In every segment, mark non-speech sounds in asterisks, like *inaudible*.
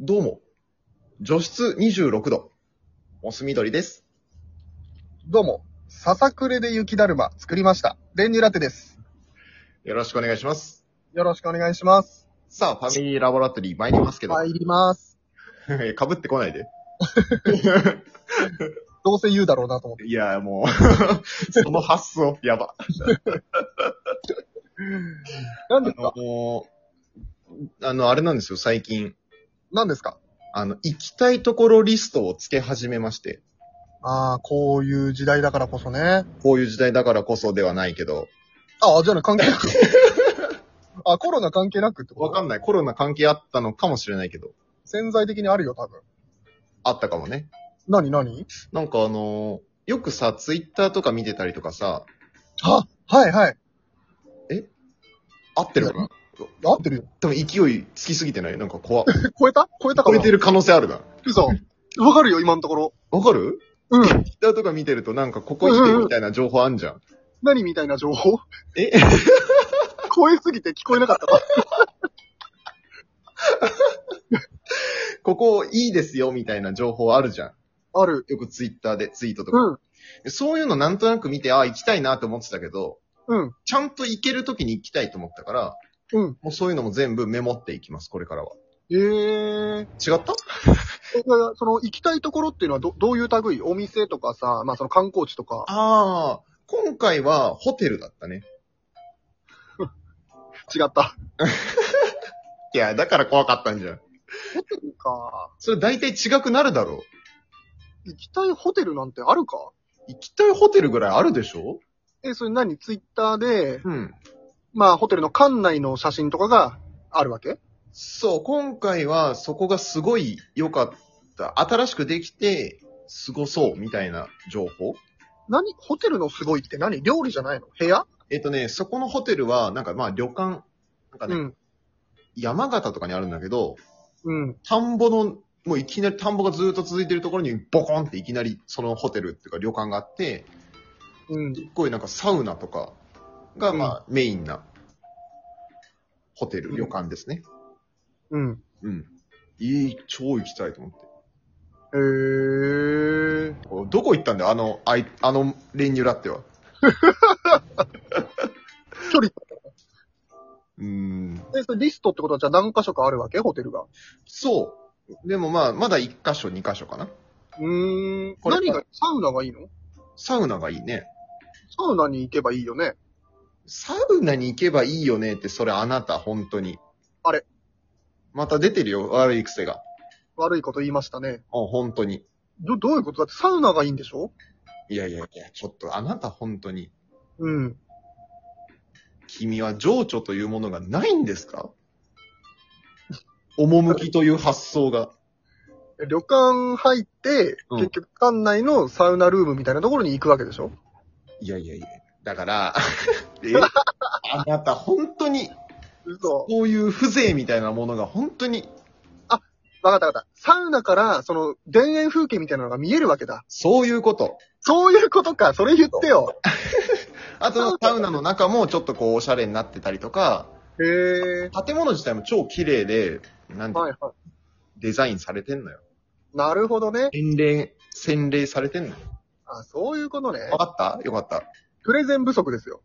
どうも。除湿26度。モス緑です。どうも、ささくれで雪だるま作りました。練乳ラテです。よろしくお願いします。よろしくお願いします。さあ、ファミリーラボラトリー参りますけど、 *laughs* 参ります。かぶってこないで。どうせ言うだろうなと思って。いや、もう、 *laughs* その発想、やば。何ですあかのー、あの、あれなんですよ、最近。何ですかあの、行きたいところリストをつけ始めまして。ああ、こういう時代だからこそね。こういう時代だからこそではないけど、ああ、じゃあね、関係な *laughs* く。あ、コロナ関係なくってこわとかんない。コロナ関係あったのかもしれないけど、潜在的にあるよ、多分。あったかもね。何何なんかあのー、よくさ、ツイッターとか見てたりとかさ、あ、はいはい。合ってるかな合ってるよ。多分勢いつきすぎてないなんか怖っ。超えた超えたか超なえてる可能性あるな。嘘。わかるよ、今のところ。わかるうん。ツイッターとか見てるとなんかここ行ってるみたいな情報あんじゃん。何みたいな情報え *laughs* 超えすぎて聞こえなかった。ここいいですよみたいな情報あるじゃん。ある。よくツイッターでツイートとか。うん。そういうのなんとなく見て、ああ、行きたいなと思ってたけど、うん。ちゃんと行ける時に行きたいと思ったから、うん。もうそういうのも全部メモっていきます、これからは。えー。違ったえいやいやその行きたいところっていうのはどどういう類お店とかさ、まあその観光地とか。ああ、今回はホテルだったね。違った。いや、だから怖かったんじゃん。かそれ大体違くなるだろ行きたいホテルなんてあるかう。行きたいホテルぐらいあるでしょえ、それ何ツイッターで、うん。まあホテルの館内の写真とかがあるわけそう、今回はそこがすごい良かった。新しくできて、過ごそうみたいな情報何ホテルのすごいって何料理じゃないの部屋えっとね、そこのホテルは、なんかまあ旅館、なんかうね、ん。山形とかにあるんだけど、うん。田んぼの、もういきなり田んぼがずっと続いてるところにボコンっていきなりそのホテルっていうか旅館があって、うん。すっごいなんかサウナとかがまあメインなホテル、うん旅館ですね。うん。うん。いい、超行きたいと思って。へー。どこ行ったんだよ、あの、あいあの練乳ラッテ *laughs* は。距離。うーん。で、それリストってことはじゃあ何箇所かあるわけホテルが。そう。でもまあ、まだ1箇所、2箇所かな。うーん。これ何が、サウナがいいのサウナがいいね。サウナに行けばいいよね。サウナに行けばいいよねって、それあなた、本当に。あれまた出てるよ、悪い癖が。悪いこと言いましたね。もう本当に。ど、どういうことだってサウナがいいんでしょいやいやいや、ちょっとあなた、本当に。うん。君は情緒というものがないんです *laughs* か趣という発想が。旅館入って、うん結局館内のサウナルームみたいなところに行くわけでしょいやいやいや。だ *laughs* から、えあなた、本当に、嘘。こういう風情みたいなものが本当に、わかったわかった。サウナから、その、田園風景みたいなのが見えるわけだ。そういうこと。そういうことか。それ言ってよ。あと、サウナの中もちょっとこう、おしゃれになってたりとか、へえ。建物自体も超綺麗で、なんて、はいはデザインされてんのよ。い。なるほどね。洗礼、洗礼されてんのよ。あ、そういうことね。わかったよかった。プレゼン不足ですよ。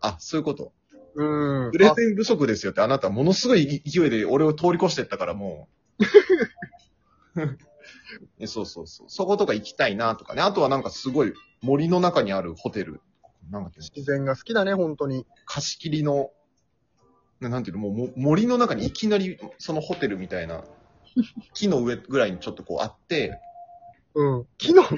あ、そういうこと。うん。プレあゼン不足ですよって、あなたものすごい勢いで俺を通り越してったからもう。ねそうそうそう。そことか行きたいなとかね。あとはなんかすごい森の中にあるホテル。なんかね自然が好きだね、本当に。貸し切りの、ななんていうの、もうも森の中にいきなりそのホテルみたいな、木の上ぐらいにちょっとこうあって、うん。木のね。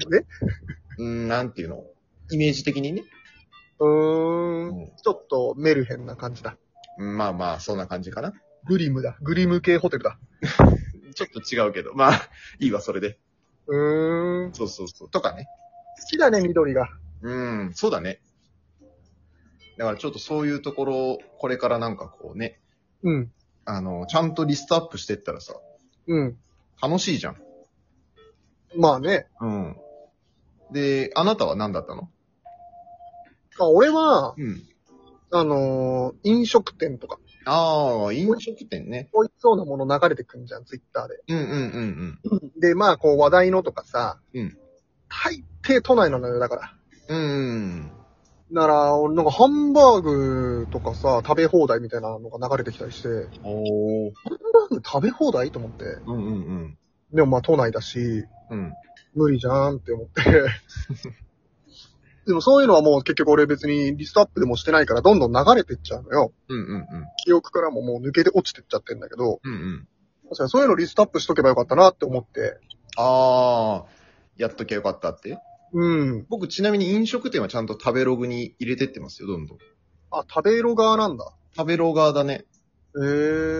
うーん、なんていうの、イメージ的にね。 *laughs* うーん。うちょっとメルヘンな感じだ。ん、まあまあ、そんな感じかな。グリムだ。グリム系ホテルだ。ちょっと違うけど、まあ、いいわ、それで。うーん。好そうそうそう。とかね。きだね、緑が。うん、そうだね。だからちょっとそういうところを、これからなんかこうね、うん。あの、ちゃんとリストアップしてったらさ、うん。楽しいじゃん。まあね。うん。で、あなたは何だったのあ俺は、うん。あのー飲食店とか。ああ、飲食店ね。美味しそうなもの流れてくんじゃん、ツイッターで。うんうんうんで、まあ、こう話題のとかさ、うん大抵都内なのよ、だかうら。ん。うん。なら、俺なんかハンバーグとかさ、食べ放題みたいなのが流れてきたりして、ハンおお。バーグ食べ放題と思って。うんうんうん。でもまあ都内だし、うん。無理じゃんって思って。 *laughs* でもそういうのはもう結局俺別にリストアップでもしてないからどんどん流れてっちゃうのよ。うんうん記憶からももう抜けて落ちてっちゃってんだけど、うん。うんうん。確かにそういうのリストアップしとけばよかったなって思って。ああ、やっときゃよかったって。うん。僕ちなみに飲食店はちゃんと食べログに入れてってますよ、どんどん。あ、食べ色側なんだ。食べロガーだね。ええ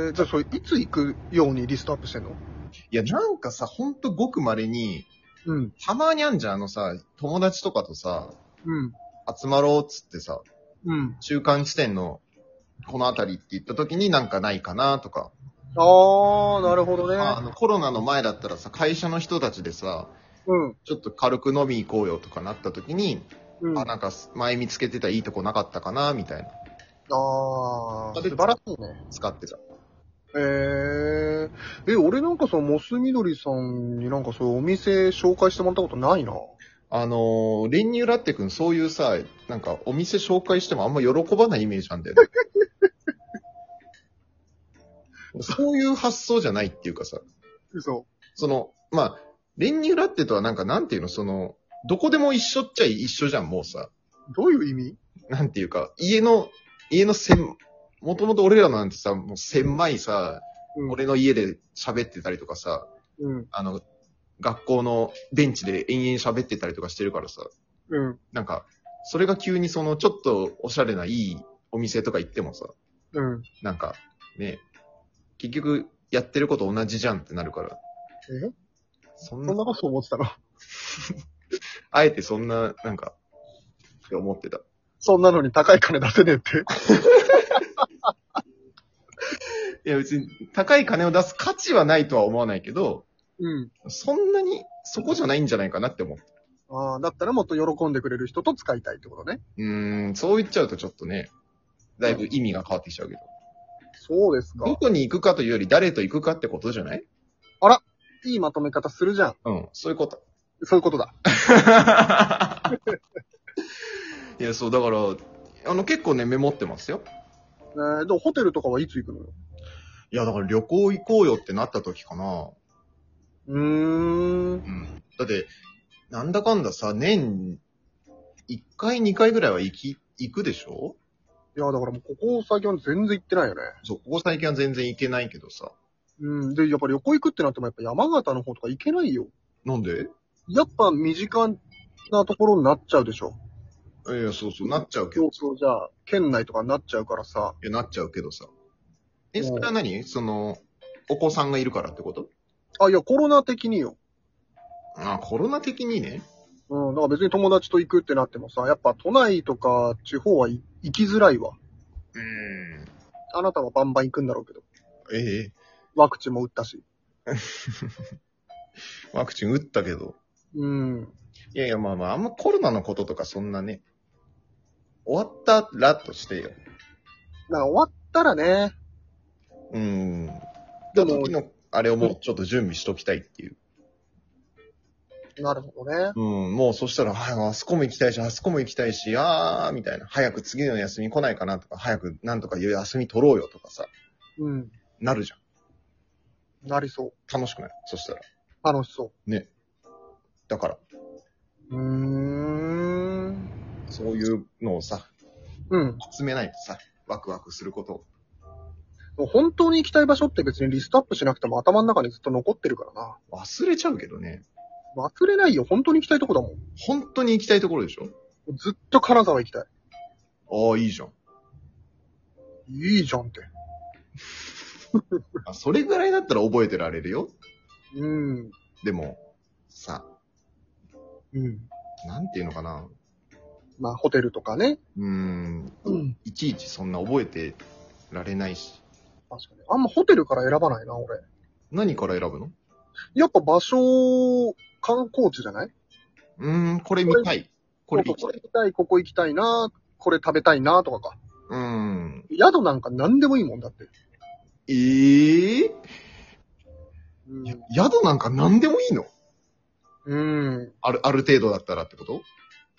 ー、じゃあそれいつ行くようにリストアップしてんのいや、なんかさ、ほんとごく稀に、うん。たまにあんじゃん、あのさ、友達とかとさ、うん。集まろうっつってさ、うん。中間地点の、この辺りって言った時になんかないかなとか、あー、なるほどね。ああのコロナの前だったらさ、会社の人たちでさ、うん。ちょっと軽く飲み行こうよとかなった時に、うん。あ、なんか前見つけてたいいとこなかったかなみたいな、あー、素晴らしいね。使ってた。えええ、俺なんかそのモス緑さんになんかそういうお店紹介してもらったことないな。あのー、練乳ラッテくんそういうさ、なんかお店紹介してもあんま喜ばないイメージなんだよ *laughs* ね。そういう発想じゃないっていうかさ、嘘。その、まあ、練乳ラッテとはなんかなんていうの、その、どこでも一緒っちゃ一緒じゃん、もうさ。どういう意味なんていうか、家の、家のせん、もともと俺らなんてさ、もう狭いさ、うん。俺の家で喋ってたりとかさ、うん。あの、学校のベンチで延々喋ってたりとかしてるからさ、うん。なんか、それが急にその、ちょっとおしゃれないいお店とか行ってもさ、うん。なんか、ね、結局、やってること同じじゃんってなるから。えそそんんなな、こと思ってたの *laughs* あえてそんな、なんか、って思ってた。そんなのに高い金出せねえって。いや、別に、高い金を出す価値はないとは思わないけど、うん。そんなに、そこじゃないんじゃないかなって思った。ああ、だったらもっと喜んでくれる人と使いたいってことね。うーん、そう言っちゃうとちょっとね、だいぶ意味が変わってきちゃうけど。そうですどか。こに行くかというより、誰と行くかってことじゃないいいまとめ方するじゃん。うん、そういうこと。そういうことだ。 *laughs* いや、そう、だから、あの、結構ね、メモってますよ。えー、でもホテルとかはいつ行くのよ。いや、だから旅行行こうよってなった時かな。うーん。うん。だって、なんだかんださ、年、1回、2回ぐらいは行き、行くでしょいや、だからもうここ最近は全然行ってないよね。そう、ここ最近は全然行けないけどさ。うん。で、やっぱり旅行行くってなってもやっぱ山形の方とか行けないよ。なんでやっぱ身近なところになっちゃうでしょ。いや、そうそう、なっちゃうけど競、争じゃあ、県内とかになっちゃうからさ。いやなっちゃうけどさ。え、うんそれは何その、お子さんがいるからってことあ、いや、コロナ的によ。あ、コロナ的にね。うん、だから別に友達と行くってなってもさ、やっぱ都内とか地方はい行きづらいわ。うん。あなたはバンバン行くんだろうけど。ええワクチンも打ったし。ワクチン打ったけど。うん。いやいや、まあまあ、あんまコロナのこととかそんなね、終わったらとしてよ。だから終わったらね、うん。ででもも、のあれをもうちょっと準備しときたいっていう。なるほどね。うん、もうそしたら、ああそこも行きたいし、あそこも行きたいし、あー、みたいな。早く次の休み来ないかなとか、早くなんとかいう休み取ろうよとかさ、うん。なるじゃん。なりそう。楽しくないそしたら。楽しそだから、う。うーん。そういうのをさ、うん。集めないとさ、ワクワクすることを。もう本当に行きたい場所って別にリストアップしなくても頭の中にずっと残ってるからな。忘れちゃうけどね。忘れないよ。本当に行きたいとこだもん。本当に行きたいところでしょずっと金沢行きたい。ああ、いいじゃん。いいじゃんって。あそれぐらいだったら覚えてられるよ。うん。でも、さ、うん。なんていうのかな。まあ、ホテルとかね。うーん、うん。いちいちそんな覚えてられないし。確かに。あんまホテルから選ばないな、俺。何から選ぶのやっぱ場所、観光地じゃないうーん、これ見たい。これ行きこたい。こ行きたい、ここ行きたいな、これ食べたいな、とかか。うん。宿なんか何でもいいもんだって。ええうん。宿なんか何でもいいのうん。ある、ある程度だったらってこと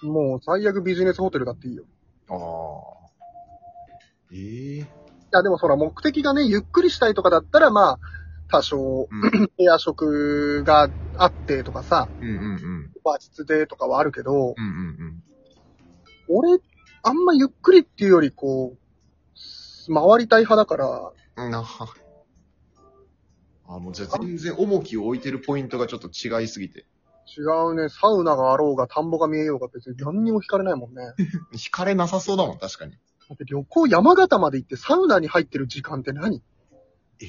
もう最悪ビジネスホテルだっていいよ。ああ。ええいや、でもそら目的がね、ゆっくりしたいとかだったら、まあ、多少、うん部屋食があってとかさ、うんうんうん。和室でとかはあるけど、うんうん俺、あんまゆっくりっていうより、こう、回りたい派だから、うん。なは。あ、もうじゃあ全然重きを置いてるポイントがちょっと違いすぎて。違うね、サウナがあろうが、田んぼが見えようが、別に何にも惹かれないもんね。だ惹かれなさそうだもん、確かに。って旅行山形まで行ってサウナに入ってる時間って何え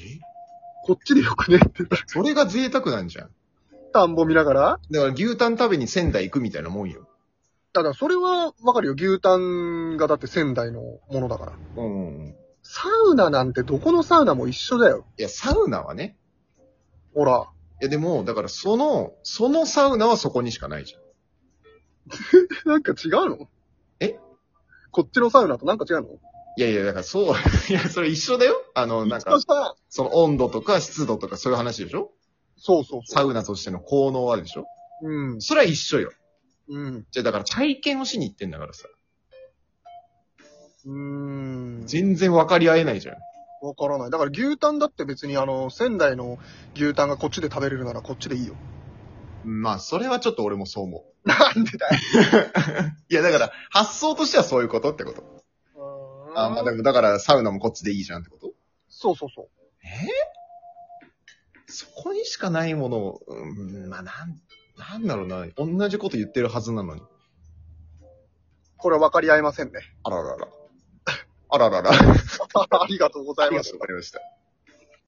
こっちでよくねって。それが贅沢なんじゃん。田んぼ見ながらだから牛タン食べに仙台行くみたいなもんよ。ただ、それはわかるよ。牛タンがだって仙台のものだから。うん。いサウナなんてどこのサウナも一緒だよ。や、サウナはね。ほら。 *laughs* いや、でも、だからその、そのサウナはそこにしかないじゃん。なんか違うのえこっちのサウナとなんか違うのいやいや、だからそう、 *laughs* いや、それ一緒だよ。あの、なんそかう、さその温度とか湿度とかそういう話でしょそうそうそサウナとしての効能はでしょう。うん。それは一緒よ。うん。じゃあだから体験をしに行ってんだからさ。うん。全然分かり合えないじゃん。わからない。だから牛タンだって別にあの、仙台の牛タンがこっちで食べれるならこっちでいいよ。まあ、それはちょっと俺もそう思 *laughs* なんでだよ。う。 *laughs* いや、だから、発想としてはそういうことってこと。あ、まあでも、だから、サウナもこっちでいいじゃんってことそうそうそう。そこにしかないものを、うん、まあ、なん、なんだろうな。同じこと言ってるはずなのに。これは分かり合えませんね。 *laughs* あららら。あららら。あありがとうございりまがとしたうご。ざいました。